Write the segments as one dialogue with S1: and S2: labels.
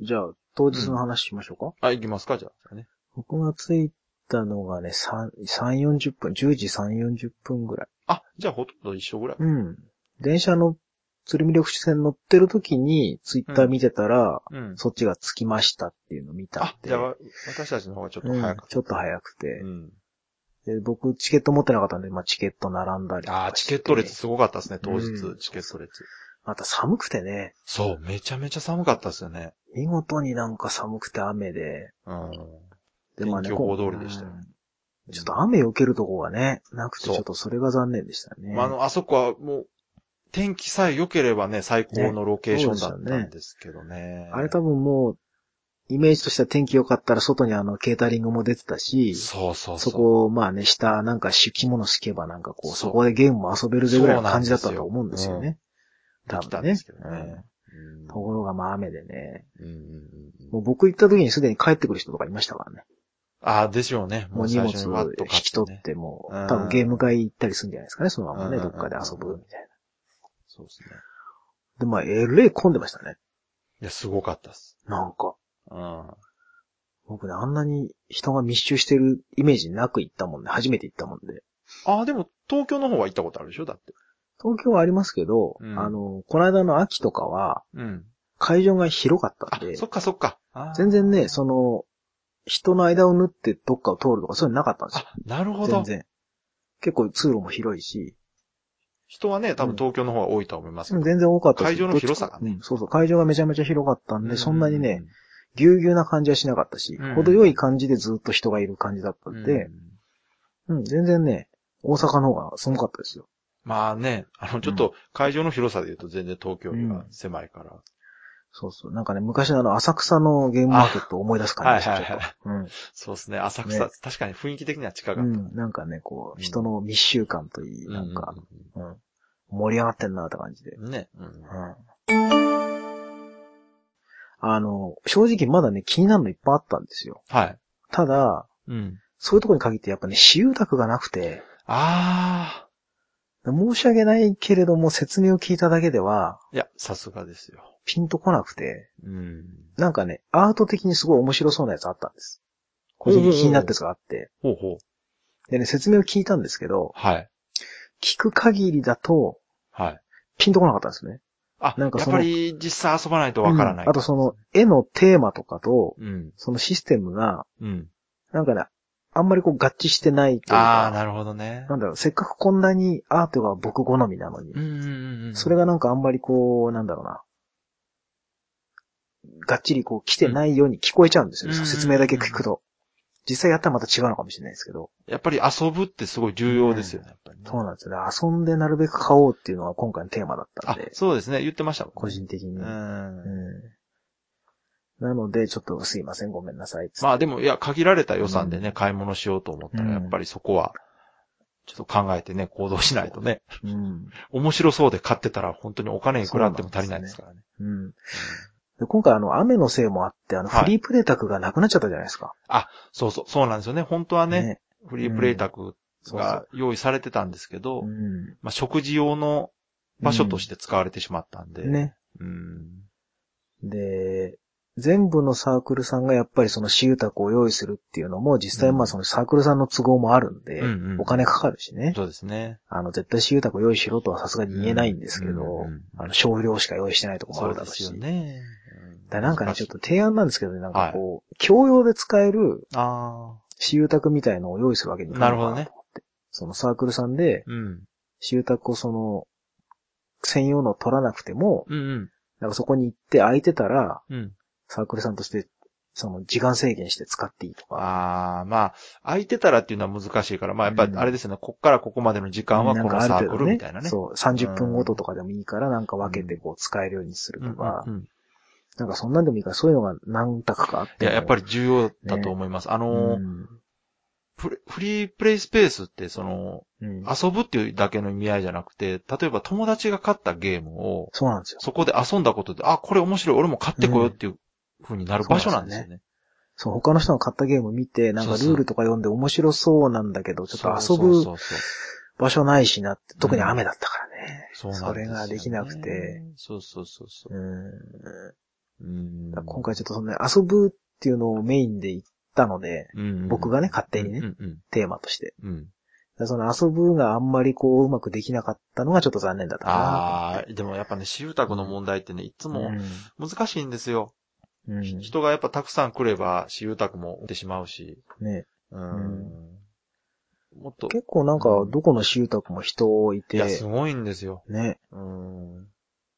S1: じゃあ、当日の話しましょうか、
S2: あ、行きますか、じゃあ。ね
S1: 僕が着いたのがね、3、3、40分、10時3、40分ぐらい。
S2: あ、じゃあほとんど一緒ぐらい。
S1: うん。電車の、鶴見緑地線乗ってる時に、ツイッター見てたら、
S2: うん。
S1: そっちが着きましたっていうの見た
S2: あ
S1: ん、で。
S2: じゃあ、私たちの方がちょっと
S1: うん
S2: 早かっ
S1: ちょっと早く
S2: た。
S1: て
S2: う。ん。
S1: で僕、チケット持ってなかったんで、まあ、チケット並んだりとか
S2: ああ、
S1: し
S2: チ
S1: て
S2: ケット列。すごかったですね、当
S1: う
S2: 日
S1: ん。
S2: チケット列。
S1: また寒くてね、
S2: そう、めちゃめちゃ寒かったですよね。
S1: 見事になんか寒くて雨で。
S2: うん。
S1: で、
S2: 天気予報通りでしたよ
S1: こううんちょっと雨避けるとこがね、なくて、
S2: そう
S1: ちょっとそれが残念でしたね。
S2: まあ、あの、あそこはもう、天気さえ良ければね、最高のロケーションだったんですけどね。
S1: あれ多分もう、イメージとしては天気良かったら外にあの、ケータリングも出てたし、そ
S2: そうそうそう。
S1: こをまあね、下なんかし着物敷けばなんかこう、
S2: そう
S1: そこでゲームも遊べるぜぐらいの感じだったと思うんですよね。
S2: で
S1: 多
S2: きた
S1: 分
S2: ん
S1: ね
S2: ですけどね。
S1: うんところがまあ雨でね、
S2: うんうんうんうん
S1: もう僕行った時にすでに帰ってくる人とかいましたからね。
S2: ああ、でしょうね。
S1: もう荷
S2: 最
S1: 物
S2: 初にわっと
S1: 引
S2: 買
S1: き取
S2: ね
S1: ってもう
S2: うん、
S1: 多分ゲーム会行ったりするんじゃないですかね、そのままね、
S2: うん
S1: どっかで遊ぶみたいな。
S2: そうですね。
S1: で、まあ、えれい混んでましたね。
S2: いや、すごかったっす。
S1: なんか。
S2: うん。
S1: 僕ね、あんなに人が密集してるイメージなく行ったもんね、初めて行ったもんで。
S2: ああ、でも、東京の方は行ったことあるでしょだって。
S1: 東京はありますけど、
S2: うん
S1: あの、この間の秋とかは、
S2: うん。
S1: 会場が広かった
S2: あ
S1: んで、、
S2: そっかそっか。あー
S1: 全然ね、その、人の間を縫ってどっかを通るとか、そういうのなかったんですよ。
S2: あ、なるほ
S1: 全
S2: ど。
S1: 然。結構通路も広いし、
S2: 人はね、多
S1: うん
S2: 分東京の方が多いとは思いますけ
S1: 全
S2: ど。
S1: 然多かったです
S2: 会場の広さがね
S1: どっちかうんそうそう、会場がめちゃめちゃ広かったんで、そんなにね、
S2: う
S1: ぎゅうぎゅうな感じはしなかったし、
S2: うん
S1: 程よい感じでずっと人がいる感じだった
S2: ん、
S1: んで、うん、全然ね、大阪の方が寒かったですよ。
S2: まあね、あの、ちょっと会場の広さで言うと全然東京よりは狭いから。
S1: そうそう。なんかね、昔のあの、浅草のゲームマーケットを思い出す感じで
S2: あ
S1: す、ちょっと。うん。
S2: そうですね、浅草、
S1: ね
S2: 確かに雰囲気的には近か
S1: う
S2: った。
S1: ん、なんかね、こ
S2: う
S1: う、
S2: ん
S1: 人の密集感といい、なんか、うん、盛り上がってんなって感じで。
S2: うん。ね。うん
S1: うん。あの、正直まだね、気になるのいっぱいあったんですよ。
S2: はい。
S1: ただ、
S2: うん。
S1: そういうところに限ってやっぱね、私有宅がなくて、
S2: あ
S1: 申し訳ないけれども、説明を聞いただけでは、
S2: あ。いや、さすがですよ。
S1: ピンとこなくて、
S2: うん。
S1: なんかね、アート的にすごい面白そうなやつあったんです。個人的に気になったやつがあって。
S2: ほうほう。
S1: でね、説明を聞いたんですけど、
S2: はい。
S1: 聞く限りだと、
S2: はい。
S1: ピンとこなかったんですね。
S2: あ、
S1: なんか
S2: や
S1: そ
S2: っ
S1: の
S2: ぱり実際遊ばないとわからない、
S1: うんあとその、絵のテーマとかと、
S2: うん。
S1: そのシステムが、
S2: うん。
S1: なんかね、あんまりこう合致してないという
S2: ああ、
S1: か、
S2: なるほどね。
S1: なんだろう、せっかくこんなにアートが僕好みなのに、
S2: うんうんうん。
S1: それがなんかあんまりこう、なんだろうな、がっちりこう来てないように聞こえちゃうんですよ、
S2: うん
S1: 説明だけ聞くと。実際やったらまた違うのかもしれないですけど、
S2: やっぱり遊ぶってすごい重要ですよね、やっぱりね。
S1: そうなんですよね。遊んでなるべく買おうっていうのが今回のテーマだったん
S2: あ、
S1: で、
S2: そうですね。言ってましたもんね。
S1: 個人的に。
S2: う
S1: う
S2: ん。
S1: んなので、ちょっとすいません、ごめんなさい。
S2: まあでも、いや、限られた予算で
S1: う
S2: ね、買い物しようと思った
S1: うん
S2: ら、やっぱりそこは、ちょっと考えてね、行動しないとね。
S1: うん。
S2: 面白そうで買ってたら、本当にお金いくらあっても足りないですからね。
S1: うん。で今回、あの、雨のせいもあって、あの、
S2: はい
S1: フリープレイ宅がなくなっちゃったじゃないですか。
S2: そうそう、そうなんですよね。本当はね、フリープレイ宅
S1: そうそ
S2: が
S1: う。
S2: 用意されてたんですけど、
S1: うん。
S2: まあ食事用の場所として使われてしまったんで。
S1: ね。
S2: うん。
S1: で、全部のサークルさんがやっぱりその私有宅を用意するっていうのも、実際
S2: うん
S1: まあそのサークルさんの都合もあるんで、
S2: うんうん
S1: お金かかるしね。
S2: そうですね。
S1: あの、絶対私有宅を用意しろとはさすがに言えないんですけど、
S2: うんうん
S1: あの、少量しか用意してないとこもあ
S2: そう
S1: るだ
S2: で
S1: ろうし。
S2: すよね。
S1: だからなんかね、ちょっと提案なんですけどね、なんかこう、共用で使える
S2: と。ああ。
S1: 私有宅みたいのを用意するわけにいかないのかなと思って。
S2: なる
S1: そのサークルさんで、
S2: うん。
S1: 私有宅をその、専用のを取らなくても、
S2: うんうん。
S1: なんかそこに行って空いてたら、
S2: うん。
S1: サークルさんとして、その時間制限して使っていいとか。
S2: ああ、まあ、空いてたらっていうのは難しいから、まあやっぱりあれですよね、こっからここまでの時間はこのサークルみたいなね。
S1: そう、30分ごととかでもいいから、なんか分けてこう使えるようにする
S2: うんう
S1: と
S2: ん
S1: か、
S2: うん
S1: なんかそんなんでもいいから、そういうのが何択かあって
S2: い
S1: も。
S2: や、やっぱり重要だと思います。あ
S1: う
S2: のー、
S1: ん、
S2: プレフリープレイスペースって、その、
S1: うん。
S2: 遊ぶっていうだけの意味合いじゃなくて、例えば友達が買ったゲームを、
S1: そうなんですよ。
S2: そこで遊んだことで、あ、これ面白い、俺も買ってこようっていう風になる場所なんですよね。
S1: そう、他の人が買ったゲーム見て、なんかルールとか読んで面白そうなんだけど、ちょっと遊
S2: そ
S1: ぶ
S2: うそう
S1: 場所ないしなって、特に雨だったからね。
S2: そうそうそうなんですよね
S1: それができなくて。
S2: そうそうそうそう。
S1: うーん
S2: うん
S1: だから今回ちょっとそのね、遊ぶっていうのをメインで言ったので、
S2: うん
S1: 僕がね勝手にね
S2: うんうん
S1: テーマとして。
S2: うん。うん
S1: だからその遊ぶがあんまりこううまくできなかったのがちょっと残念だったか
S2: ああ、でもやっぱね、私有宅の問題ってね、いつ
S1: な。
S2: も難しいんですよ。
S1: うん。うん。
S2: 人がやっぱたくさん来れば、私有宅も売ってしまうし。
S1: ね。
S2: うん。もっと、
S1: 結構なんか、どこの集宅も人い
S2: い
S1: て、
S2: や、すごいんですよ。
S1: ね。
S2: うん。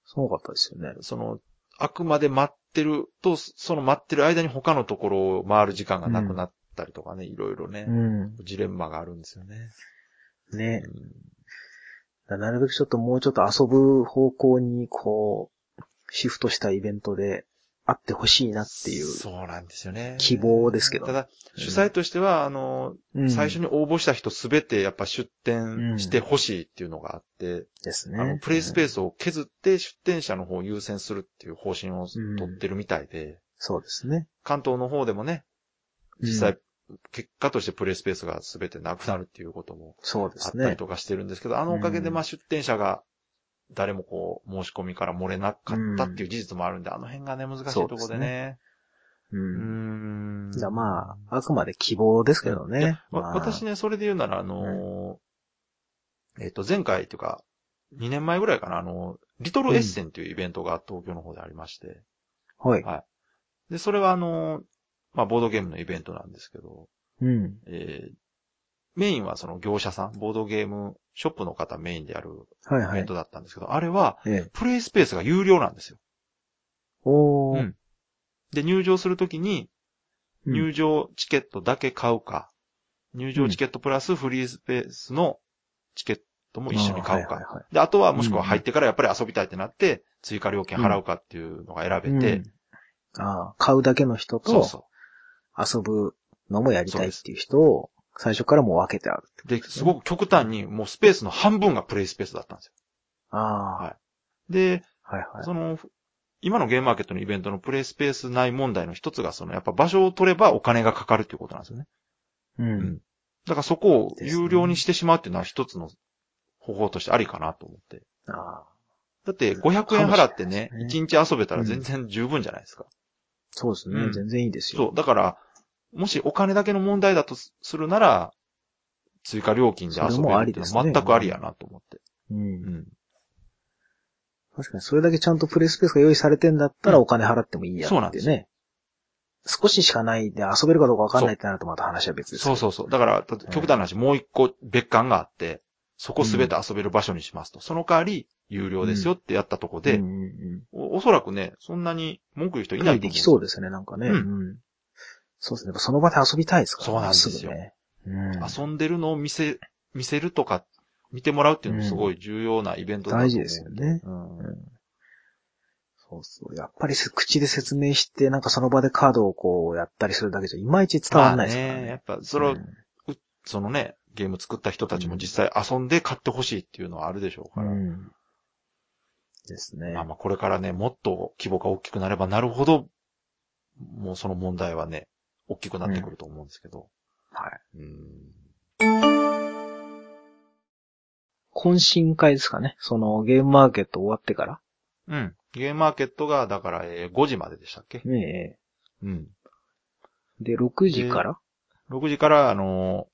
S1: すごかったですよね。
S2: その、あくまで待ってると、その待ってる間に他のところを回る時間がなくなったりとかね、いろいろね、
S1: う
S2: ジレンマがあるんですよね。
S1: ん。ね。
S2: うん
S1: だなるべくちょっともうちょっと遊ぶ方向に、こう、シフトしたイベントであってほしいなっていう。
S2: そうなんですよね。
S1: 希望ですけど
S2: ただ、
S1: うん
S2: 主催としては、あの、
S1: うん
S2: 最初に応募した人すべてやっぱ出展してほしいっていうのがあって、
S1: です
S2: あの、
S1: ね。
S2: プレイスペ
S1: うん
S2: ースを削って出展者の方を優先するっていう方針を取ってるみたいで、
S1: そうですね。
S2: 関東の方でもね、
S1: うん
S2: 実際、結果としてプレイスペースがすべてなくなるっていうことも
S1: そうで
S2: あっ
S1: す
S2: たり
S1: ね。
S2: とかしてるんですけど、あのおかげで、
S1: うん
S2: まあ、出店者が、誰もこう、申し込みから漏れなかったっていう事実もあるんで、あの辺がね、難しいところでね。
S1: う
S2: うー
S1: ん。
S2: ん。
S1: じゃあまあ、あくまで希望ですけど
S2: い
S1: ね
S2: や。わ
S1: まあ
S2: 私ね、それで言うなら、あのー、えっと、前回っていうか、2年前ぐらいかな、あの、リトルエッセンというイベントが東京の方でありまして、
S1: はい。
S2: で、それはあのー、まあ、ボードゲームのイベントなんですけど、
S1: うん。
S2: えーメインはその業者さん、ボードゲームショップの方メインでやる
S1: はい
S2: イ
S1: は
S2: ベン
S1: い
S2: ト。だったんですけど、あれは、
S1: ええ。
S2: プレイスペースが有料なんですよ。
S1: お
S2: う
S1: ー
S2: ん。で、入場するときに、
S1: うん
S2: 入場チケットだけ買うか、入場チケットプラスフリースペースのチケットも一緒に買
S1: あーはいは
S2: う
S1: いは
S2: か。で、あとはもしくは入ってからやっぱり遊びたいってなって、追加料金払うかっていうのが選べ
S1: う
S2: て
S1: ん、ああ、買うだけの人
S2: そ
S1: と、
S2: うそ
S1: 遊ぶのもやりたいっていう人を、最初からもう分けてある。
S2: う。で、すごく極端にもうスペースの半分がプレイスペースだったんですよ。
S1: ああ、
S2: はいで、
S1: はいはい。
S2: その、今のゲームマーケットのイベントのプレイスペース内問題の一つが、その、やっぱ場所を取ればお金がかかるっていうことなんですよね。
S1: うん。
S2: だからそこを
S1: ですね
S2: 有料にしてしまうっていうのは一つの方法としてありかなと思って。
S1: ああ、
S2: だって500円払ってね
S1: かもしれな、いです
S2: 1日遊べたら全然十分じゃないですか。
S1: そうです
S2: う
S1: ね。
S2: ん
S1: 全然いいですよ。
S2: そう。だから、もしお金だけの問題だとすするなら、追加料金で遊べる
S1: それもあ
S2: っ
S1: り
S2: てい
S1: で
S2: う
S1: す
S2: の
S1: ね
S2: は全くありやなと思って。
S1: うん
S2: う。ん。
S1: 確かに、それだけちゃんとプレイスペースが用意されてんだったらお金払ってもいいや
S2: そうなん
S1: っ
S2: で
S1: て
S2: すよ
S1: ね。少ししかないで遊べるかどうかわかんないってなるとまた話は別ですけ
S2: そ
S1: ど。
S2: うそうそう。だから、た極端な話、もう一個別館があって、そこすべて遊べる場所にしますと。その代わり、有料ですよってやったとこで、
S1: うんうんうん、
S2: おおそらくね、そんなに文句言う人い
S1: 理
S2: ない
S1: 解で
S2: と思うんで
S1: き
S2: すよ
S1: そうですね、なんかね。
S2: うん
S1: うんそうですね。やっぱその場で遊びたいですからね
S2: そうなんですよ
S1: ね。うん、
S2: 遊んでるのを見せ、見せるとか、見てもらうっていうのもすごい重要なイベントだと思う
S1: 大事ですよね。
S2: うん
S1: うんそうそう。やっぱりせ口で説明して、なんかその場でカードをこうやったりするだけじゃいまいち伝わんないですから
S2: まあ
S1: ね。
S2: やっぱ、それ
S1: う
S2: を
S1: ん
S2: そのね、ゲーム作った人たちも実際遊んで買ってほしいっていうのはあるでしょうから。
S1: うんですね。
S2: まあまあ、これからね、もっと規模が大きくなればなるほど、もうその問題はね、大きくなってくると思うんですけど。
S1: はい。
S2: うん。
S1: 懇親会ですかね。そのゲームマーケット終わってから。
S2: うん。ゲームマーケットが、だから、えー5時まででしたっけ
S1: ね
S2: うん。
S1: え。で、6時から、
S2: 6時から、あのー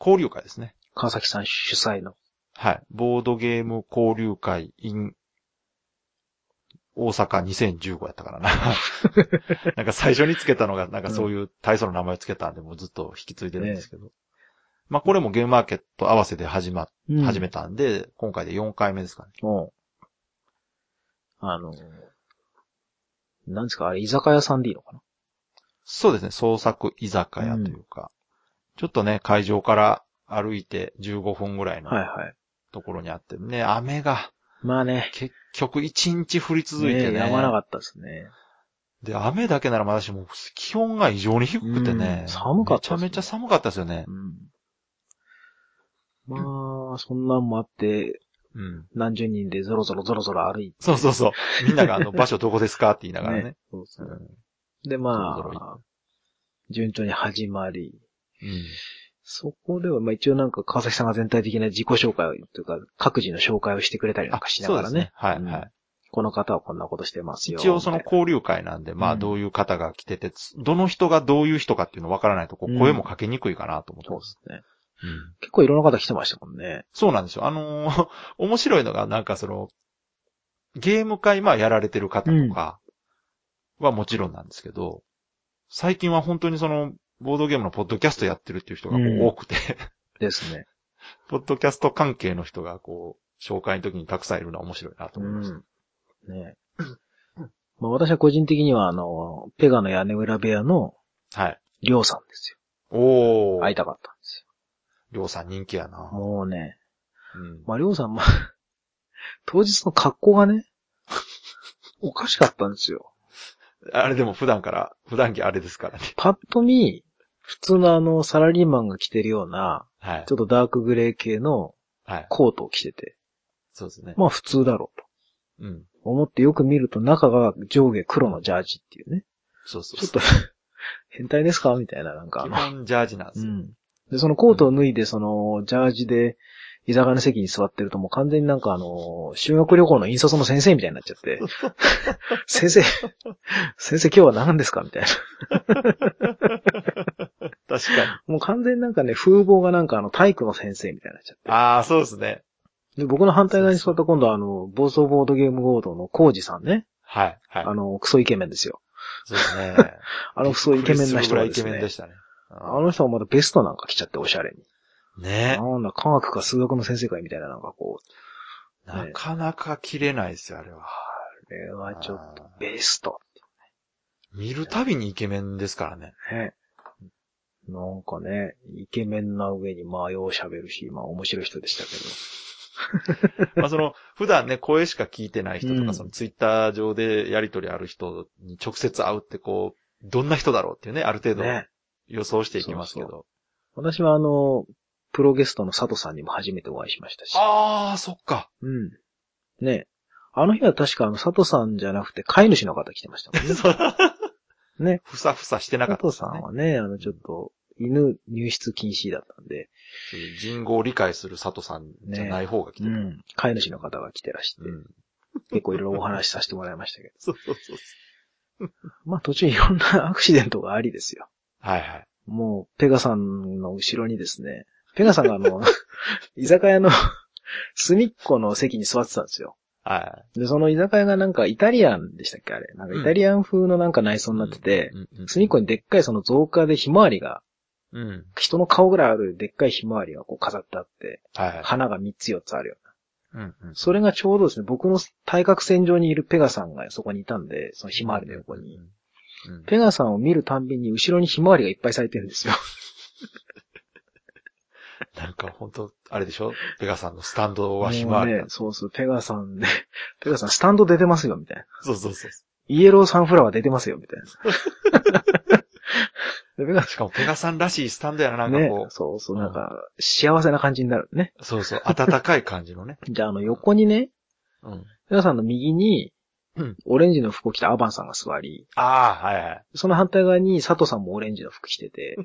S2: 交流会ですね。
S1: 川崎さん主催の。
S2: はい。ボードゲーム交流会 in 大阪2015やっ たからな。なんか最初につけたのが、なんかそういう大層の名前をつけたんで、もうずっと引き継いでるんですけど。まあこれもゲームマーケット合わせで始ま、
S1: うん
S2: 始めたんで、今回で4回目ですかね。
S1: もう、あの、なんですか、あれ、居酒屋さんでいいのかな
S2: そうですね、創作居酒屋というか、ちょっとね、会場から歩いて15分ぐらいの
S1: はいはい。
S2: ところにあってね、雨が
S1: まあね、
S2: 結局1日降り続いてね。
S1: ねえやまなかったですね。
S2: で、雨だけならまだしも、気温が異常に低くてね。
S1: うん寒かった
S2: め
S1: ですね
S2: ちゃめちゃ寒かったですよね
S1: う。ん。まあ、そんなんもあって、
S2: うん。
S1: 何十人でゾロゾロゾロゾロ歩いて。
S2: そうそうそう。みんながあの、場所どこですかって言いながらね。
S1: そうです
S2: う
S1: ね
S2: ん。
S1: で、
S2: ゾロゾロ
S1: まあ、順調に始まり、
S2: うん
S1: そこでは、まあ一応なんか川崎さんが全体的な自己紹介というか、各自の紹介をしてくれたりなん
S2: あ
S1: かしな
S2: そう
S1: が
S2: で
S1: ら
S2: す
S1: ね
S2: ね。。はい、
S1: うん
S2: はい。
S1: この方はこんなことしてますよ。
S2: 一応その
S1: みたい
S2: 交流会なんで、
S1: う
S2: まあ
S1: ん
S2: どういう方が来てて、つどの人がどういう人かっていうの分からないと、こ
S1: うん
S2: う声もかけにくいかなと思
S1: なそう
S2: っ
S1: で
S2: て。
S1: すね。
S2: うん
S1: 結構いろんな方来てましたもんね。
S2: そうなんですよ。あのー 面白いのが、なんかその、ゲーム会、まあやられてる方とかはもちろんなんですけど、最近は本当にその、ボードゲームのポッドキャストやってるっていう人がこう
S1: うん
S2: 多くて、
S1: ですね。
S2: ポッドキャスト関係の人がこう、紹介の時にたくさんいるのは面白いなと
S1: う
S2: 思いまし
S1: ん。
S2: た。
S1: ねまあ私は個人的には、あの、ペガの屋根裏部屋の
S2: はい。
S1: りょうさんです
S2: お
S1: よ。
S2: ー。
S1: 会いたかったんです
S2: りょうさん人気やな
S1: よ。。もうね、
S2: うん
S1: まありょうさん、まあ、 当日の格好がね、おかしかったんですよ。
S2: あれでも普段から、普段着あれですからね。
S1: パッと見、普通のあの、サラリーマンが着てるような、
S2: はい
S1: ち。ょっとダークグレー系の
S2: はい。
S1: コートを着てて、
S2: そうですね。
S1: まあ普通だろうと。
S2: うん。
S1: 思ってよく見ると中が上下黒のジャージっていうね。
S2: そうそう
S1: ちょっ
S2: そう。
S1: と、変態ですかみたいな、なんかあ
S2: 基
S1: の。
S2: 本ジャージなん
S1: う
S2: ですよ。
S1: ん。で、そのコートを脱いで、その、ジャージで、居酒屋の席に座ってるともう完全になんかあの、修学旅行の引率の先生みたいになっちゃ って、先生、先生今日は何ですかみたいな。
S2: 確かに。
S1: もう完全になんかね、風貌がなんかあの、体育の先生みたいになっちゃって。
S2: ああ、そうですね。
S1: で、僕の反対側に座った今度はあの、暴走ボードゲームゴードのコウジさんね。
S2: はい、はい
S1: あ。の、クソイケメンですよ。
S2: そうですね。
S1: あのクソイケメンな人が
S2: びっくりするぐらいイ
S1: で
S2: ケ
S1: す
S2: メンで
S1: ね。
S2: したね。あ
S1: あの人はまたベストなんか着ちゃっておしゃれに。
S2: ね
S1: なんだ、科学か数学の先生かいみたいななんかこう、
S2: なかなか切れないですよ、あれは。
S1: これはちょっと
S2: あー
S1: ベスト。
S2: 見るたびにイケメンですからね。
S1: ね。なんかね、イケメンな上にまあよう喋るし、まあ面白い人でしたけ
S2: まあその、 普段ね、声しか聞いてない人と
S1: う
S2: か、
S1: ん
S2: そのツイッター上でやりとりある人に直接会うってこう、どんな人だろうっていうね、ある
S1: ど。
S2: 程度
S1: ね。
S2: 予想していきますけ
S1: そ
S2: ど。
S1: 私はあの、プロゲストの佐藤さんにも初めてお会いしましたし。
S2: ああ、そっか。
S1: うん。ね。あの日は確かあの、佐藤さんじゃなくて飼い主の方来てましたもんね。ね。
S2: ふさふさしてなかっ
S1: 佐
S2: たで
S1: 藤
S2: す
S1: さ
S2: ね、
S1: んはね、あの、ちょっと、犬入室禁止だったんで、
S2: そういう人語を理解する佐藤さんじゃない方が来て
S1: う
S2: る。
S1: ん。飼い主の方が来てらして、
S2: うん。
S1: 結構いろいろお話しさせてもらいましたけど。
S2: そうそうそう。
S1: まあ途中いろんなアクシデントがありですよ。
S2: はいはい。
S1: もう、ペガさんの後ろにですね、ペガさんがあの、 居酒屋の隅っこの席に座ってたんですよ。
S2: は
S1: で、その居酒屋がなんかイタリアンでしたっけあれ。なんかイタリアン風のなんか内装
S2: い。
S1: になってて、
S2: うん、うん
S1: 隅っこにでっかいその造花でひまわりが、
S2: うん。
S1: 人の顔ぐらいあるでっかいひまわりがこう飾ってあって、
S2: はいはい。
S1: 花が3つ4つあるよ。
S2: うんうん
S1: それがちょうどですね、僕の対角線上にいるペガさんがそこにいたんで、そのひまわりの横に。。
S2: うん
S1: ペガさんを見るたんびに後ろにひまわりがいっぱい咲いてるんですよ。
S2: なんか本当あれでしょペガさんのスタンドはひま わり
S1: もうね
S2: なん。です。
S1: そうそう、ペガさんね、 ペガさんスタンド出てますよ、みたいな。
S2: そうそうそう。
S1: イエローサンフラワー出てますよ、みたい な。でペガさ
S2: しかもペガさんらしいスタンドやな、なんん
S1: ね
S2: かこ、
S1: そうそう、
S2: うん
S1: なんか、幸せな感じになるね。
S2: う。そうそう。温かい感じのね。
S1: じゃあ、あの、横にね、
S2: うん。
S1: ペガさんの右に
S2: うん、
S1: オレンジの服を着たアバンさんが座り、
S2: ああ、はいはい。
S1: その反対側に佐藤さんもオレンジの服着て て、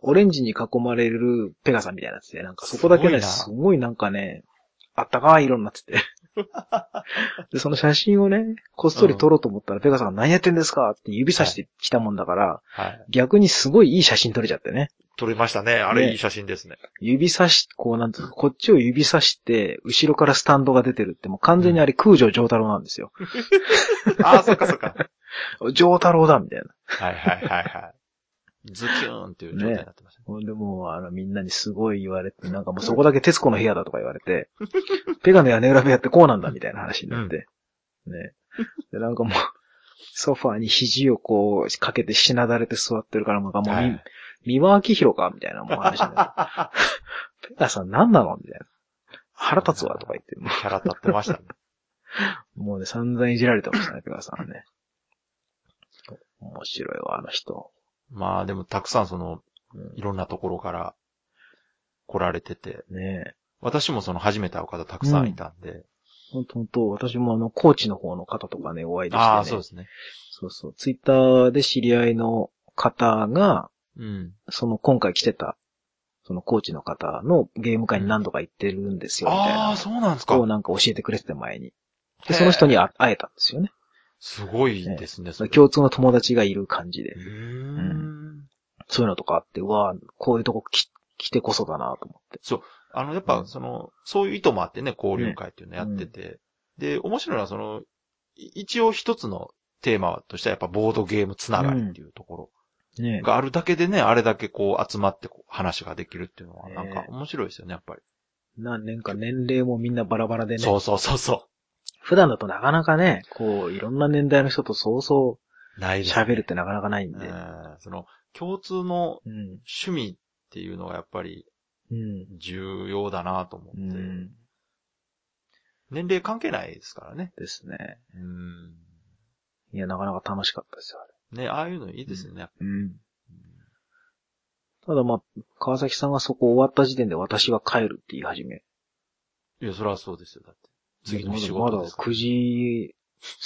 S1: オレンジに囲まれるペガさんみたいになってて、なんかそこだけね、
S2: す
S1: すごいなんかね、あったかい色になって て。で、その写真をね、こっそり撮ろうと思ったら、ペガさんが何やってんですかって指さしてきたもんだから、
S2: はい。
S1: 逆にすごいいい写真撮れちゃってね。
S2: 撮れましたね。あれ、
S1: ね
S2: いい写真ですね。
S1: 指さし、こうなんていうの、こっちを指さして、後ろからスタンドが出てるって、もう完全にあれ空城城太郎なんですよ。
S2: ああ、そっかそっか。
S1: 城太郎だみたいな。
S2: はいはいはいはい。ズキューンっていう状態になってましたね。
S1: ほんでもう、あの、みんなにすごい言われて、なんかもうそこだけ徹子の部屋だとか言われて、 ペガの屋根裏部屋ってこうなんだみたいな話になって、ね。で、なんかもう、ソファーに肘をこう、かけてしなだれて座ってるから、なんかもう、
S2: は
S1: み
S2: い
S1: 三輪明宏かみたいなもう話になって、 ペガさん何なのみたいな。腹立つわとか言って、も
S2: キャラ立ってましたね。
S1: うもうね、散々いじられてましたね、ペガさんはね。面白いわ、あの人。
S2: まあでもたくさんその、
S1: うん
S2: いろんなところから来られてて、
S1: ねえ。
S2: 私もその初めて会う方たくさんいたんで、
S1: ほんとほんと、私もあの、コーチの方の方とかね、お会いできて、ね。
S2: ああ、そうですね。
S1: そうそう。ツイッターで知り合いの方が、
S2: うん。
S1: その今回来てた、そのコーチの方のゲーム会に何度か行ってるんですよ、みたいな。
S2: ああ、そうなんですか
S1: こう。なんか教えてくれてて前に。で、その人にあ会えたんですよね。
S2: すごいですね、それ。
S1: 共通の友達がいる感じで
S2: う。ーん。
S1: そういうのとかあって、うわぁ、こういうとこ来来てこそだなと思って。
S2: あの、やっ
S1: う
S2: ぱ、
S1: ん
S2: その、そういう意図もあってね、交流会っていうのやってて。で、面白いのは、その、い一応一つのテーマとしては、やっぱボードゲームつながりっていうところ
S1: ね
S2: があるだけでね、あれだけこう集まってこう話ができるっていうのは、なんか
S1: ね
S2: 面白いですよね、やっぱり。
S1: 何年か年齢もみんなバラバラでね。
S2: そうそうそうそ。
S1: 普段だとなかなかね、こう、いろんな年代の人とそうそう
S2: ないです、ね。
S1: 喋るってなかなかないん
S2: う
S1: で。
S2: ん。その、共通の
S1: うん。
S2: 趣味っていうのがやっぱり
S1: うん。
S2: 重要だなと思って
S1: う。ん。
S2: 年齢関係ないですからね。
S1: ですね。
S2: うん。
S1: いや、なかなか楽しかったですよ、あれ。
S2: ね、ああいうのいいですよね。
S1: うん。ただまあ、川崎さんがそこ終わった時点で私は帰るって言い始め。
S2: いや、それはそうですよ。だって。次の
S1: まだ
S2: 日仕
S1: まだ
S2: 事ですから。
S1: 9時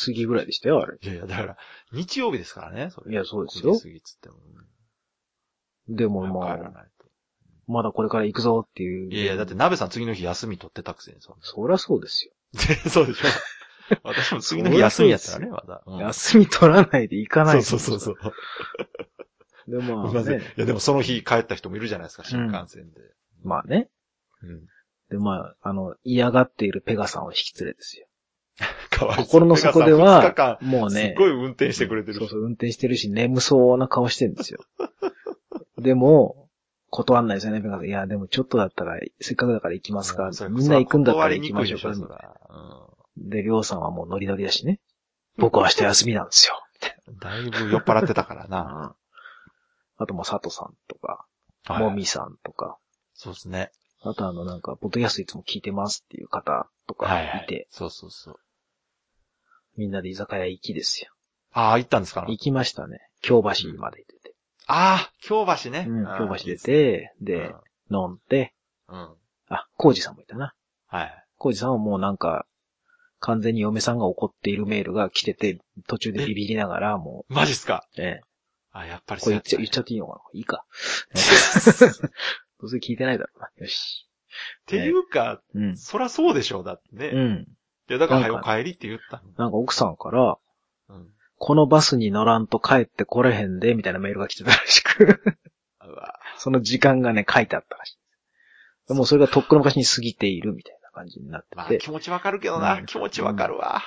S1: 過ぎぐらいでしたよ、あれ。
S2: いやいや、だから、日曜日ですからね、それ。
S1: いやそうですよ
S2: 9時過ぎっつっても。
S1: でも
S2: もう
S1: ま
S2: 帰ら
S1: あ、
S2: ない
S1: まだこれから行くぞっていう。
S2: と。いやいや、だって、鍋さん次の日休み取ってたくせに、そんな
S1: そりゃそうですよ。
S2: そう でしょ。私も次の日休みやったらね、まだ。うん
S1: 休み取らないで行かない。
S2: そうそうそうそう。
S1: う。で、ま
S2: ご
S1: あ
S2: めんなさい
S1: ね。
S2: いや、でもその日帰った人もいるじゃないですか、新幹線で。
S1: まあね。
S2: うん。
S1: で、まあ、あの、嫌がっているペガさんを引き連れですよ。
S2: かわいそう
S1: 心の底では
S2: ペガさん二日
S1: も
S2: 間、
S1: う
S2: す
S1: ね
S2: っ。ごい運転してくれてる
S1: そう
S2: し。
S1: そう、運転してるし、眠そうな顔してるんですよ。 でも、断んないですよね、ペガさん。いや、でもちょっとだったら、せっかくだから行きますか。
S2: それ
S1: みんな行くんだったら
S2: 断り
S1: 行
S2: に
S1: き
S2: く
S1: ま
S2: い
S1: しょ
S2: で
S1: う
S2: し
S1: か。
S2: ょそら
S1: で、りょうさんはもうノリノリだしね。僕は明日休みなんですよ。
S2: うんだいぶ酔っ払ってたから
S1: う
S2: な。
S1: んあと、まあ、佐藤さんとか、
S2: はい
S1: もみさんとか、
S2: そうですね。
S1: あとあの、なんか、ポッドキャストいつも聞いてますっていう方とか
S2: はいはい
S1: て、
S2: そうそうそう。
S1: みんなで居酒屋行きですよ。
S2: ああ、行ったんですか
S1: 行きましたね。京橋まで行ってて。
S2: ああ、京橋ね。
S1: うん、
S2: あー
S1: 京橋
S2: いい
S1: 出
S2: っすね
S1: て、で、飲んで、
S2: うん。うん
S1: あ、コウジさんもいたな。
S2: はい。
S1: コウジさんはもうなんか、完全に嫁さんが怒っているメールが来てて、途中でビビりながら、も
S2: マジっすか
S1: う、ええ、
S2: あ、やっぱり
S1: これ言っちゃ言っちゃ
S2: っ
S1: っていいのかないいか。
S2: っ
S1: どうせ聞いてないだろうな。よし。
S2: ていうか、
S1: うん。
S2: そらそうでしょう、だってね。
S1: う
S2: い
S1: ん。
S2: や、だから、
S1: なん
S2: 早
S1: か
S2: く帰りって言った
S1: なんか奥さんから、
S2: の。うん。
S1: このバスに乗らんと帰ってこれへんで、みたいなメールが来てたらしく。
S2: うわ
S1: その時間がね、書いてあったらしいです。もうそれがとっくの昔に過ぎているみたいな感じにな
S2: まあ、
S1: ってて。
S2: 気持ちわかるけど
S1: う
S2: な。
S1: ん
S2: 気持ちわかるわ。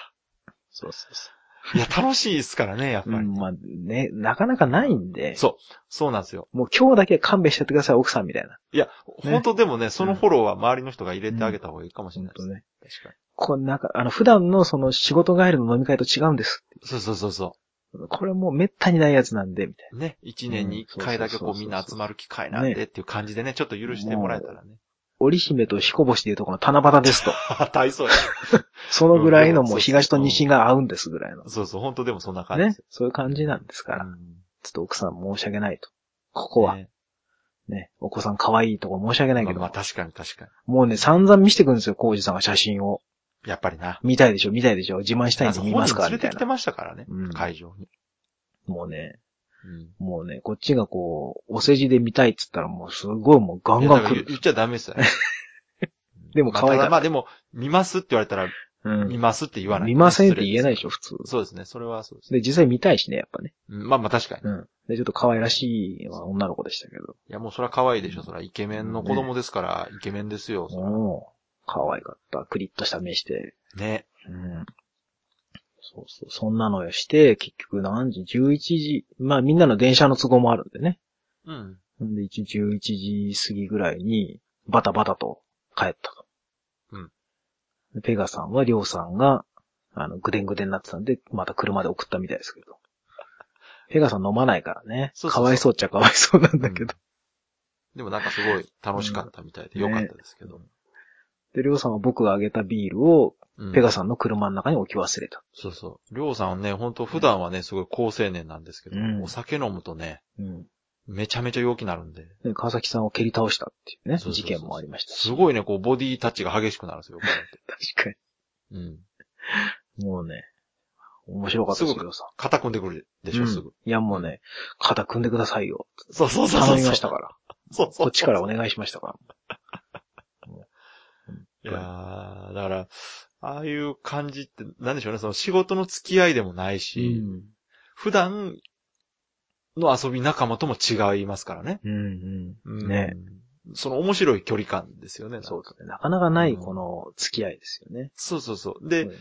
S1: そうそうそ
S2: いや、楽しいですからね、やっ
S1: う。う
S2: ぱり
S1: ん、。まあね、なかなかないんで。
S2: そう。そうなんですよ。
S1: もう今日だけは勘弁しちゃってください、奥さんみたいな。
S2: いや、
S1: ね
S2: 本当でもね、そのフォローは周りの人が入れてあげた方がいいかもしれ
S1: 本
S2: ないで
S1: 当
S2: す。
S1: ね。
S2: 確か
S1: こうなんか、あの、普段のその仕事帰りの飲み会と違うんです。
S2: に。そうそうそうそ。
S1: これもう滅多にないやつなんで、みたいう
S2: ね、一年に一回だけ
S1: うんそうそうそ
S2: こ
S1: う
S2: う
S1: そう
S2: みんな集まる機会なんでっていう感じでね、ちょっと許してもらえたらね。
S1: な。織姫と彦星でいうとこの七夕 ですと。
S2: あ、 大層や。
S1: そのぐらいの
S2: うん
S1: も
S2: そううそう
S1: 東と西が合うんですぐらいの。
S2: そうそう、本当でもそんな感じで
S1: ね
S2: す。よ。
S1: そういう感じなんですから。
S2: うん
S1: ちょっと奥さん申し訳ないと。ここは
S2: ね
S1: ね、お子さん可愛いとこ申し訳ないけど
S2: まあ、まあ、確かに確か
S1: もうね、散々見せてくるんですよ、コウジさんが写真を。
S2: に。やっぱりな。
S1: 見たいでしょ、見たいでしょ、自慢したいんで
S2: あ
S1: 見ますか
S2: 本人
S1: み
S2: 連れ
S1: たい
S2: てきて
S1: な。
S2: ましたからね
S1: うん。
S2: 会場に。
S1: もうね、
S2: うん
S1: もうね、こっちがこう、お世辞で見たいっつったらもうすごいもうガン
S2: いや
S1: ガ
S2: だ
S1: ン
S2: か
S1: 来
S2: ら
S1: る。
S2: 言っちゃダメですよ。
S1: でも可愛いか
S2: まあた
S1: ら
S2: だまあでも、見ますって言われたら、
S1: うん
S2: 見ますって言わない。
S1: 見ませんって言えないでし
S2: ょ。
S1: ょ、普通。
S2: そうですね、それはそうですね。
S1: で、実際見たいしね、やっぱね。
S2: うんまあまあ確かに。
S1: うん。で、ちょっと可愛らしいまあ女の子でしたけど。
S2: いや、もうそれは可愛いでしょ。それはイケメンの子供ですから、イケメンですよ。
S1: もう、可愛かった。クリッとした目して。
S2: ね。
S1: うん。そうそう。そんなのをして、結局何時 ?11 時。まあみんなの電車の都合もあるんでね。
S2: うん。
S1: んで、一応11時過ぎぐらいに、バタバタと帰ったと。
S2: うん
S1: で。ペガさんは、りょうさんが、あの、ぐでんぐでんになってたんで、また車で送ったみたいですけ ど。ペガさん飲まないからね。
S2: そうそう
S1: か
S2: そう
S1: わいそうっちゃかわいそうなんだけど。
S2: でもなんかすごい楽しかったみたいで、よかったですけど。
S1: で、りょうさんは僕があげたビールを、
S2: うん
S1: ペガさんの車の中に置き忘れた。
S2: そうそう。りょうさんはね、本当普段はね、すごい高青年なんですけど、
S1: うん
S2: お酒飲むとね、
S1: うん。
S2: めちゃめちゃ陽気になるんで。
S1: で、川崎さんを蹴り倒したっていうね、
S2: そうそうそう
S1: 事件もありましたし。
S2: すごいね、こう、ボディタッチが激しくなるんですよ、こうやって
S1: 確か
S2: うん。
S1: に。もうね、面白かったですよ、
S2: すぐ
S1: りょうさん。
S2: 肩組んでくるでしょ、すぐ。
S1: うんいや、もうね、肩組んでくださいよ。
S2: そうそうそうそう。
S1: 頼みましたから。
S2: そうそうそう。
S1: こっちからお願いしましたから。
S2: いやーだから、ああいう感じって、なんでしょうね、その仕事の付き合いでもないし、
S1: ん。
S2: 普段の遊び仲間とも違いますからね。
S1: うん
S2: う
S1: うんん。ね。
S2: その面白い距離感ですよね。
S1: そうですね。なかなかな
S2: う
S1: い
S2: ん
S1: この付き合いですよね。
S2: そうそうそう。で、
S1: うん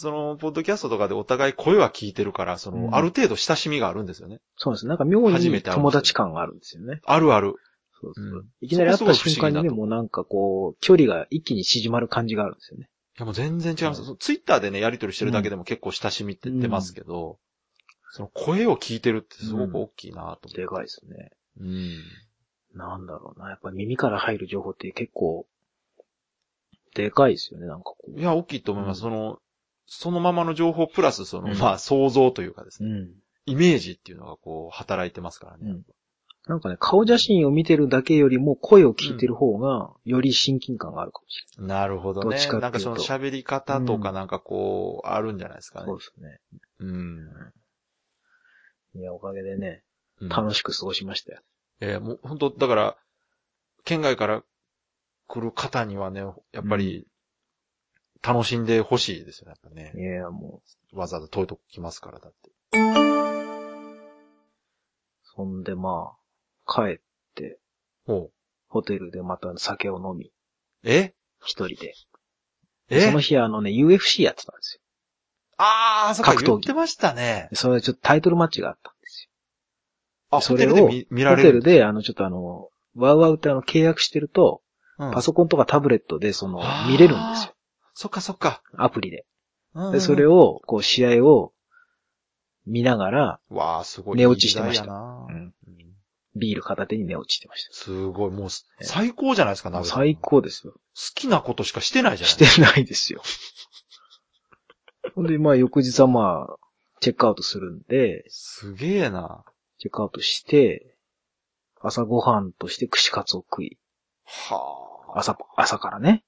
S2: その、ポッドキャストとかでお互い声は聞いてるから、その、
S1: うん
S2: ある程度親しみがあるんですよね。
S1: そうですね。なんか妙
S2: 初め
S1: に
S2: て会う
S1: 友達感があるんですよね。
S2: あるある。
S1: そうそう
S2: うん
S1: いきなり会った
S2: そこ
S1: 瞬
S2: すごい
S1: 間
S2: 不思
S1: に
S2: 議
S1: ね、
S2: だ
S1: もうなんかこう、距離が一気に縮まる感じがあるんですよね。
S2: いやもう全然違いま
S1: う
S2: す。
S1: ん
S2: そのツイッターでね、やりとりしてるだけでも結構親しみって出ますけど、その声を聞いてるってすごく大きいなと思って。
S1: でかいですね。
S2: うん。
S1: なんだろうな。やっぱ耳から入る情報って結構、でかいですよね。なんかこう。
S2: いや、大きいと思います。
S1: うん
S2: その、そのままの情報プラス、その、
S1: うん
S2: まあ、想像というかです
S1: う
S2: ね、
S1: ん。
S2: イメージっていうのがこう、働いてますからね。
S1: うんなんかね、顔写真を見てるだけよりも声を聞いてる方が、より親近感があるかもし
S2: なるほど
S1: どっ
S2: ね。
S1: ちかっていうと
S2: なんかその喋り方とか
S1: うん
S2: なんかこう、あるんじゃないですか
S1: れ
S2: ね
S1: ない。。そうです
S2: うん。
S1: ね。いや、おかげでね、
S2: うん
S1: 楽しく過ごしましたよ。
S2: えーもう本当だから、県外から来る方にはね、やっぱり、楽しんでほしいですよね、やっぱ
S1: い
S2: ね。
S1: や、もう、
S2: わざわざ遠いとこ来ますから、だって。
S1: そんでまあ、帰って、
S2: ほう。
S1: ホテルでまた酒を飲み、
S2: え
S1: 一人で。で
S2: え
S1: その日あのね、UFC やってたんですよ。
S2: ああ、そっか、
S1: 格闘技
S2: 言ってましたね
S1: で。それちょっとタイトルマッチがあったんです
S2: あ、
S1: そ
S2: ホ
S1: れ
S2: テ
S1: を
S2: ルで見見
S1: よ。ホ
S2: られ
S1: テル
S2: る。
S1: で、あの、ちょっとあの、ワウワウってあの、契約してると、
S2: うん
S1: パソコンとかタブレットで、その
S2: あ、ー
S1: 見れるんですよ。
S2: そっかそっか。
S1: アプリで。
S2: で
S1: で、それ
S2: を。
S1: を、こう、試合を、見ながら、
S2: わあ、すごい。
S1: 寝落ちしてました
S2: いい時代やなうん
S1: ビール片手に寝落ちしてまし
S2: すごい、もうす
S1: ええ
S2: 最高じゃないですか、
S1: た。もう
S2: 鍋さん
S1: 最。高ですよ。
S2: 好きなことしかしてないじゃない
S1: してないですよ。 ほんで、まあ、翌日はまあ、チェックアウトするんで、
S2: すげえな。
S1: チェックアウトして、朝ごはんとして串カツを食い、
S2: はあ。
S1: 朝、朝からね。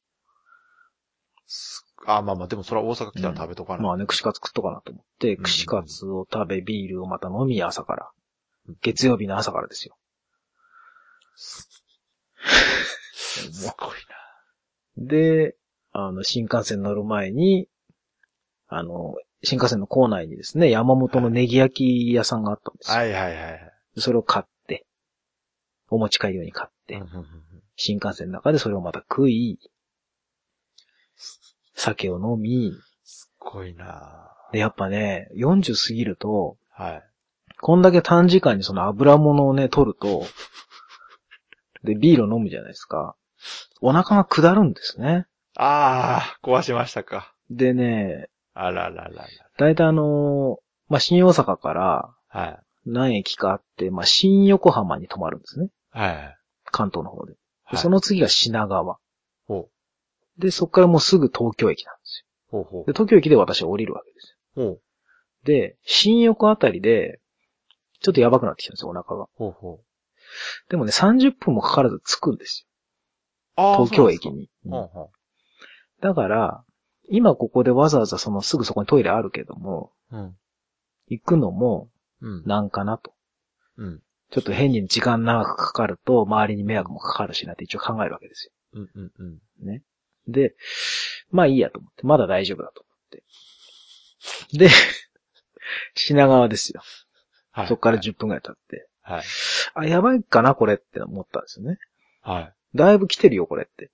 S2: すあ、まあまあ、でもそれは大阪来たら食べとかない。
S1: まあね、串カツ食っとかなと思って、
S2: うん
S1: 串カツを食べ、ビールをまた飲み、朝から
S2: うん。
S1: 月曜日の朝からですよ。
S2: すごい
S1: で、あの、新幹線乗る前に、あの、新幹線の構内にですね、山本のネギ焼き屋さんがあったんです
S2: な。
S1: よ。
S2: はいはいはいはい。
S1: それを買って、お持ち帰り用に買って、
S2: うんうんうん
S1: 新幹線の中でそれをまた食い、酒を飲み、
S2: すごいな。
S1: で、やっぱね、40過ぎると、
S2: はい。
S1: こんだけ短時間にその油物をね、取ると、で、ビールを飲むじゃないですか。お腹が下るんですね。
S2: ああ、壊しましたか。
S1: でね、
S2: あらららら。
S1: だいたいあのまあ、新大阪から
S2: はい。
S1: 何駅かあって、まあ、新横浜に泊まるんですね。
S2: はい。
S1: 関東の方で。
S2: は
S1: で
S2: い
S1: そ、の次が品川。
S2: ほう。
S1: で、そこからもうすぐ東京駅なんです
S2: ほうほ
S1: よ。で、東京駅で私は降りるわけですよ
S2: う。ほう。
S1: で、新横あたりで、ちょっとやばくなってきたんですよ、お腹が。
S2: ほうほう。
S1: でもね、30分もかからず着くんです
S2: あ
S1: よ。東京駅
S2: に。
S1: に。
S2: ほうほ
S1: だから、今ここでわざわざそのすぐそこにトイレあるけども、
S2: う。うん。
S1: 行くのも
S2: うん。
S1: なんかなと。
S2: うん。
S1: ちょっと変に時間長くかかると、周りに迷惑もかかるしなって一応考えるわけですよ。
S2: うん。うん。うん。
S1: で、まあいいやと思って、まだ大丈夫だと思って。で、 品川ですよ。
S2: はい。
S1: そこから10分ぐらい経って。
S2: はい。
S1: あ、やばいかな、これって思ったんですよね。
S2: はい。
S1: だいぶ来てるよ、これっ て。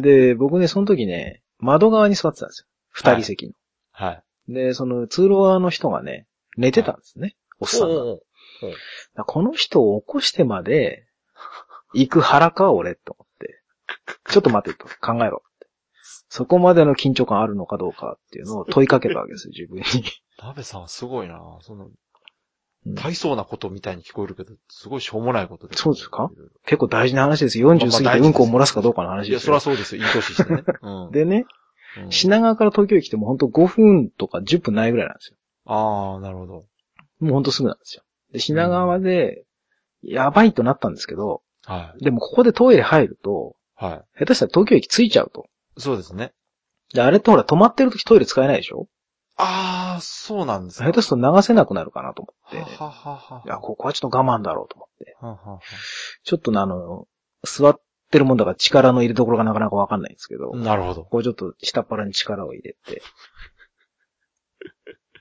S1: で、僕ね、その時ね、窓側に座ってたんですよ。二人席の。
S2: はい。
S1: で、その通路側の人がね、寝てたんですね。おっさんが。だか
S2: おう
S1: らこの人を起こしてまで、 行く腹か、俺、と思って。ちょっと待ってと、考えろって。そこまでの緊張感あるのかどうかっていうのを問いかけたわけ ですよ、自分
S2: 鍋さんはすごいなその、
S1: に。
S2: 大層なことみたいに聞こえるけど、すごいしょうもないことです。
S1: そうですか
S2: いろいろ
S1: 結構大事な話ですよ。40過ぎ
S2: まあまあ
S1: て
S2: 大事です
S1: うんこを漏らすかどうかの話
S2: い
S1: で
S2: や、
S1: す
S2: そり
S1: よ
S2: ゃ。そうですよ。いい年し てね。うん。
S1: でね、
S2: うん、
S1: 品川から東京駅ってもうほんと5分とか10分ないぐらいなんですよ。
S2: ああ、なるほど。
S1: もうほんとすぐなんですよ。で、品川で、やばいとなったんですけど、
S2: は
S1: でもここでトイレ入ると、
S2: い。は
S1: 下手したら東京駅着いちゃうと。
S2: い。そうですね。
S1: で、あれってほら止まってる時トイレ使えないでしょ
S2: ああ、そうなんですか
S1: 下手すると流せなくなるかなと思って、
S2: ははははい
S1: や、ここはちょっと我慢だろうと思って、
S2: ははは。
S1: ちょっとねあの、座ってってるもんだから力の入れどころがなかなかわかんないんですけど、
S2: なるほど。
S1: こうちょっと下っ腹に力を入れて、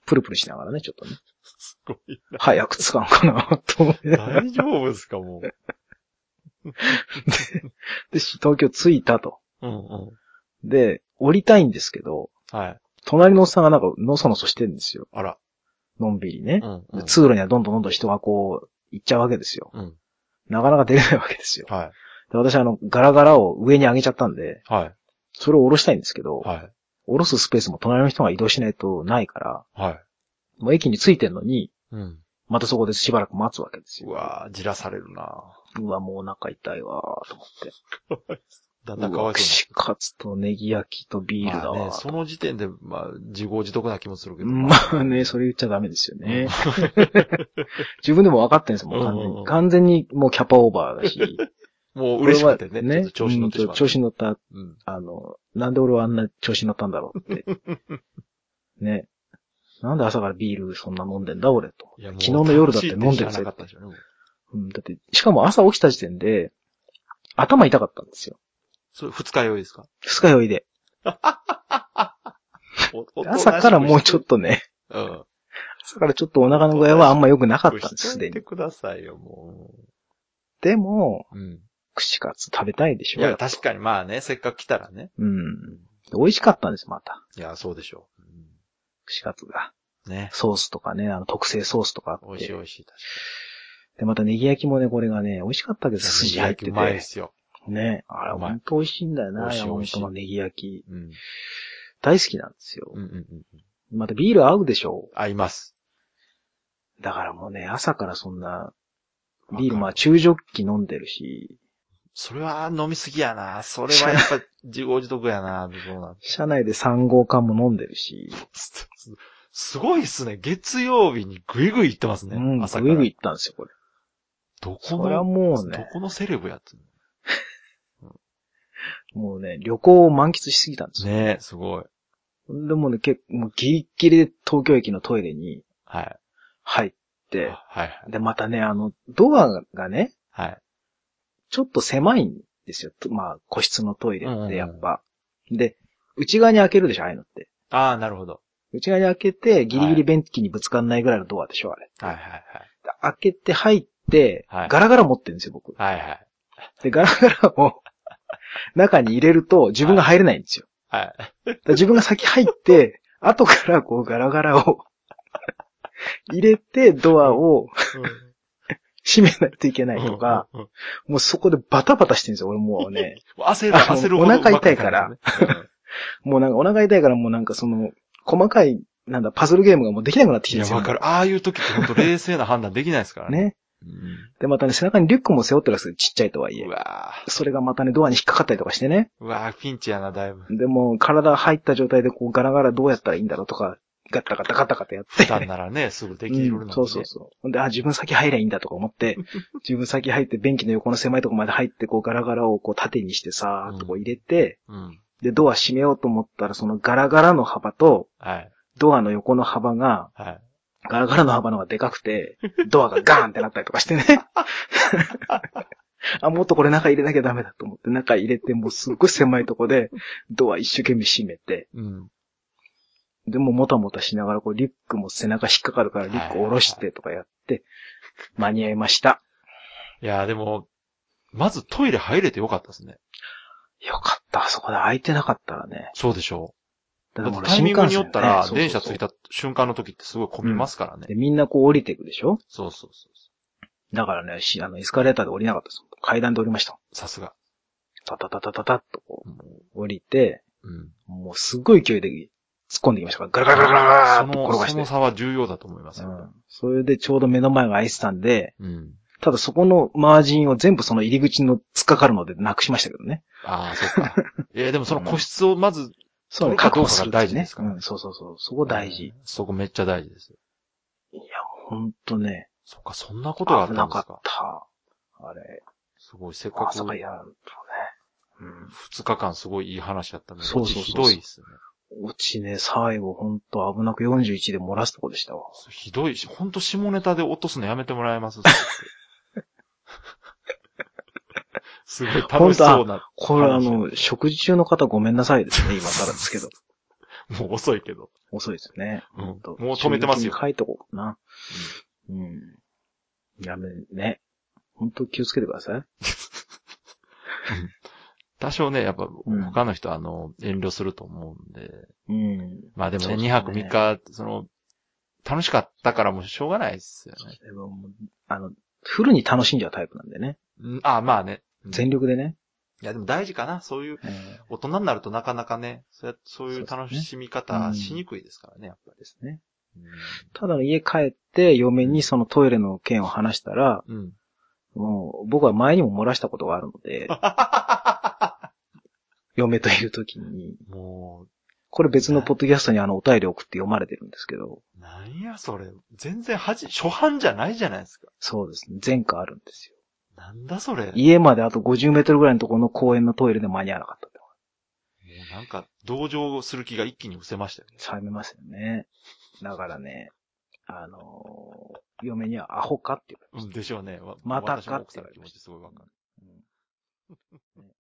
S1: プルプルしながらね、ちょっ とね、
S2: すごいな。
S1: 早く使うかな、と思いながら
S2: 大丈夫ですか、もう。
S1: で、東京着いたと。
S2: うんうん。
S1: で、降りたいんですけど、
S2: はい。
S1: 隣のおっさんがなんか、のそのそしてるんですよ。
S2: あら。
S1: のんびりね
S2: う。ん、う
S1: で
S2: ん。
S1: 通路にはどんどんどんどん人がこう、行っちゃうわけですよ。
S2: うん。
S1: なかなか出れないわけですよ。
S2: はい。
S1: で、私はあの、ガラガラを上に上げちゃったんで、
S2: はい。
S1: それを下ろしたいんですけど、
S2: はい。
S1: 下ろすスペースも隣の人が移動しないとないから、
S2: はい。
S1: もう駅に着いてんのに、
S2: うん。
S1: またそこでしばらく待つわけです
S2: う
S1: よ。
S2: わぁ、じらされるな
S1: うわ、もうお腹痛いわーと思って。
S2: ぁ。だんだん
S1: う
S2: かわ
S1: わ、
S2: いそう
S1: 串カツとネギ焼きとビー
S2: に
S1: ル
S2: な
S1: だ
S2: まあね
S1: わ、
S2: そ
S1: ー
S2: の時点で、まあ、自業自得な気もするけど。
S1: まあね、それ言っちゃダメですよ
S2: うん
S1: ね。自分でも分かってんですもん、完
S2: う
S1: 全
S2: んうんうん
S1: に。完全にもうキャパオーバーだし。
S2: もう 嬉しくてね。
S1: 俺は
S2: ちょっと調子乗ってし
S1: う。
S2: まうん
S1: 調子乗った、
S2: うん。
S1: あの、なんで俺はあんな調子乗ったんだろう って。ね。なんで朝からビールそんな飲んでんだ俺と。
S2: いやもう
S1: 昨日の夜だって飲んでるぜ
S2: 楽しいって知らなかったでしょうねも
S1: う
S2: う
S1: ん、だって、しかも朝起きた時点で、頭痛かったんですよ。
S2: それ、二日酔いですか
S1: 二日酔いで。 朝からもうちょっ
S2: と。
S1: とね、
S2: うん。
S1: 朝からちょっとお腹の具合はあんま良くなかったんです、すで
S2: しといて
S1: に。
S2: くださいよ、も
S1: でも、
S2: う。うん。
S1: 串カツ食べたいでし
S2: い
S1: ょ。
S2: や、確かにまあね、せっかく来たらね。
S1: うん。美味しかったんです、また。
S2: いや、そうでしょう。
S1: 串カツが。
S2: うんね。
S1: ソースとかね、あの特製ソースとかあ
S2: 美
S1: っ
S2: 味しい
S1: て
S2: 美。味しい。確か
S1: で、またネギ焼きもね、これがね、美味しかったけど、
S2: に
S1: 筋入って
S2: うまいで
S1: て。
S2: すよ。
S1: ね。あれ、
S2: うまい
S1: ほんと美味しいんだよ
S2: 美
S1: な、
S2: 味しい
S1: 山
S2: 美味しい
S1: 本のネギ焼き。
S2: うん。
S1: 大好きなんですよ
S2: うんう。んうん。
S1: またビール合うでしょ
S2: 合います。
S1: う。だからもうね、朝からそんな、ビールま
S2: わ
S1: あ
S2: かる
S1: 中ジョッキ飲んでるし、
S2: それは飲みすぎやな。それはやっぱ自業自得やな。どうなん
S1: 車内で3号缶も飲んでるし、
S2: す すごいっすね。月曜日にグイグイ行ってますね。
S1: うん、朝
S2: 朝か
S1: ぐ
S2: ら。
S1: いぐい行ったんですよ、これ。
S2: どこ
S1: そりゃ
S2: の、
S1: もう
S2: ど
S1: ね、
S2: このセレブやつ。
S1: もうね、旅行を満喫しすぎたんですよ。
S2: ねえ、すごい。
S1: でもね、結構、もうギリッギリで東京駅のトイレに
S2: はい。
S1: 入って、
S2: はい。
S1: で、またね、あの、ドアがね、
S2: はい。
S1: ちょっと狭いんですよ。とまあ、個室のトイレ
S2: うんうんう
S1: っ
S2: ん
S1: てやっぱ。で、内側に開けるでしょ、ああいうのって。
S2: ああ、なるほど。
S1: 内側に開けて、ギリギリ便器にぶつかんないぐらいのドアでしょ、あれ。
S2: はいはいはい。
S1: で開けて入って、
S2: はい
S1: ガラガラ持ってるんですよ、僕。
S2: はいはい。
S1: で、ガラガラを中に入れると自分が入れないんですよ。
S2: はい。
S1: だから自分が先入 って、後からこうガラガラを入れてドアを閉めないといけないとか、
S2: うん、うん
S1: もうそこでバタバタしてるんですよ、俺もうね。
S2: 焦る、
S1: あの
S2: 焦るほど。
S1: お腹痛いから
S2: うまくなかった
S1: もうなんかお腹痛いからもうなんかその、細かい、なんだ、パズルゲームがもうできなくなってき
S2: です
S1: て
S2: ね。
S1: るん
S2: い
S1: ですよ。
S2: や、わかる。ああいう時って本当冷静な判断できないですからね。
S1: ね。
S2: うん
S1: で、またね、背中にリュックも背負ってるんですよ、ちっちゃいとはいえ
S2: う。わぁ。
S1: それがまたね、ドアに引っかかったりとかしてね。
S2: うわぁ、ピンチやな、だ いぶ。
S1: で、もう体入った状態でこうガラガラどうやったらいいんだろうとか、ガタガタガタガタやって。
S2: 普段ならね、すぐできるのに、
S1: う
S2: ね
S1: んそうそうそう。ほんで、あ、自分先入りゃいいんだとか思って、自分先入って、便器の横の狭いとこまで入って、こうガラガラをこう縦にしてさーっとこう入れて、
S2: う。うん。
S1: で、ドア閉めようと思ったら、そのガラガラの幅と、
S2: はい。
S1: ドアの横の幅が、
S2: はい。
S1: ガラガラの幅の方がでかくて、ドアがガーンってなったりとかしてね。 あ、もっとこれ中入れなきゃダメだと思って、中入れて、もうすっごい狭いとこで、ドア一生懸命閉めて、
S2: うん。
S1: でももたもたしながら、こうリュックも背中引っかかるから、リュック下ろしてとかやって、間に合いました。
S2: いやーでも、まずトイレ入れてよかったですね。
S1: よかった、あそこで空いてなかったらね。
S2: そうでしょう。
S1: だ
S2: だ
S1: か
S2: っ
S1: ら
S2: て
S1: ほら
S2: タイミングによったら、
S1: 新
S2: 電
S1: 幹線ね
S2: 車着い。た瞬間の時ってすごい混みますからね
S1: そうそうそう。で、みんなこう降りていくでしょ
S2: そうそうそう。
S1: だからね、しあの、エスカレーターで降りなかったです。階段で降りました。
S2: さすが。
S1: タタタタタタッとこ
S2: も
S1: う降りて、
S2: ううん。
S1: もうすごい勢いで突っ込んできましたから、ガラガラガラガラ
S2: そ
S1: ーっと転
S2: の、
S1: がし
S2: そ
S1: て
S2: の。差は重要だと思います
S1: う
S2: よ。
S1: んそれでちょうど目の前が空いてたんで、
S2: うん。
S1: ただそこのマージンを全部その入り口の突っかかるのでなくしましたけどね。
S2: ああ、そっか。いや、でもその個室をまず、
S1: そうね、
S2: 取るか
S1: 確
S2: どう
S1: 保
S2: か
S1: する
S2: が大事ですから
S1: ね。うん、そうそうそう。そこ大事。。
S2: そこめっちゃ大事ですよ。
S1: いや、ほんとね、
S2: そっか、そんなことがあっ
S1: 危
S2: たん
S1: な
S2: です
S1: かっ
S2: か。
S1: た。あれ、
S2: すごい、せっか
S1: ま
S2: く
S1: さかやるとね。
S2: 二日間すごいいい話だったのに、
S1: そうそうそう
S2: ひどいですね。
S1: うん。うちね、最後ほんと危なく41で漏らすとこでしたわ。
S2: ひどいし、ほんと 下ネタで落とすのやめてもらえますそすごい楽しそうな。
S1: これあ
S2: 話
S1: の、食事中の方ごめんなさいですね、今からですけど。
S2: もう遅いけど。
S1: 遅いですね。
S2: うん
S1: ほんと
S2: もう止めてますよ
S1: 注意書いとこうかな。うん。やめ、ね。本当気をつけてください。
S2: 多少ね、やっぱ、
S1: うん
S2: 他の人はあの、遠慮すると思うんで。
S1: うん。
S2: まあでも
S1: そ
S2: ね、
S1: うですね
S2: 2泊3日、その、楽しかったからもうしょうがないですよね
S1: でももうあの、フルに楽しんじゃうタイプなんでね。
S2: うん。あ、まあね。うん
S1: 全力でね。
S2: いやでも大事かな。そういう、
S1: えー
S2: 大人になるとなかなかね、そうやそういう
S1: そうですね
S2: 楽しみ方しにくいですからね、やっぱり。
S1: ですね。ただ家帰って嫁にそのトイレの件を話したら、
S2: うん。 うん、
S1: もう僕は前にも漏らしたことがあるので、嫁といる時に、
S2: も
S1: これ別のポッドキャストにあのお便り送って読まれてるんですけど、
S2: う、なんやそれ。全然恥、初版じゃないじゃないですか。
S1: そうですね。前科あるんですよ。
S2: なんだそれ。も
S1: 家まであと50メートルぐらいのところの公園のトイレで間に合わなかったと。
S2: うなんか、同情する気が一気に失せましたよね。
S1: 冷めますよね。だからね、あのー嫁にはアホかって言われました
S2: うん、でしょうね。わ
S1: またか
S2: 私も奥さんの気持ちすごいわかる。